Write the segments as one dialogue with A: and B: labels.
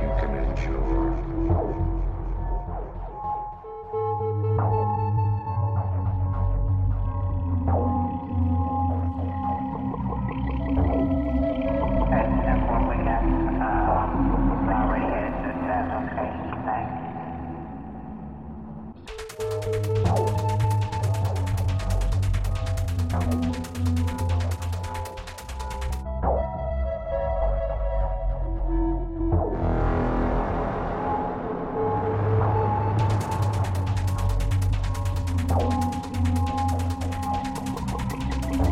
A: you can endure.
B: That's that's what we got. Uh, already had it. That's okay. Thanks.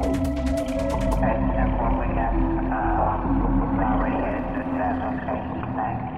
B: That's that's what we got. Uh, already had it. That's okay. Thanks.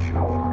A: Chauffeur.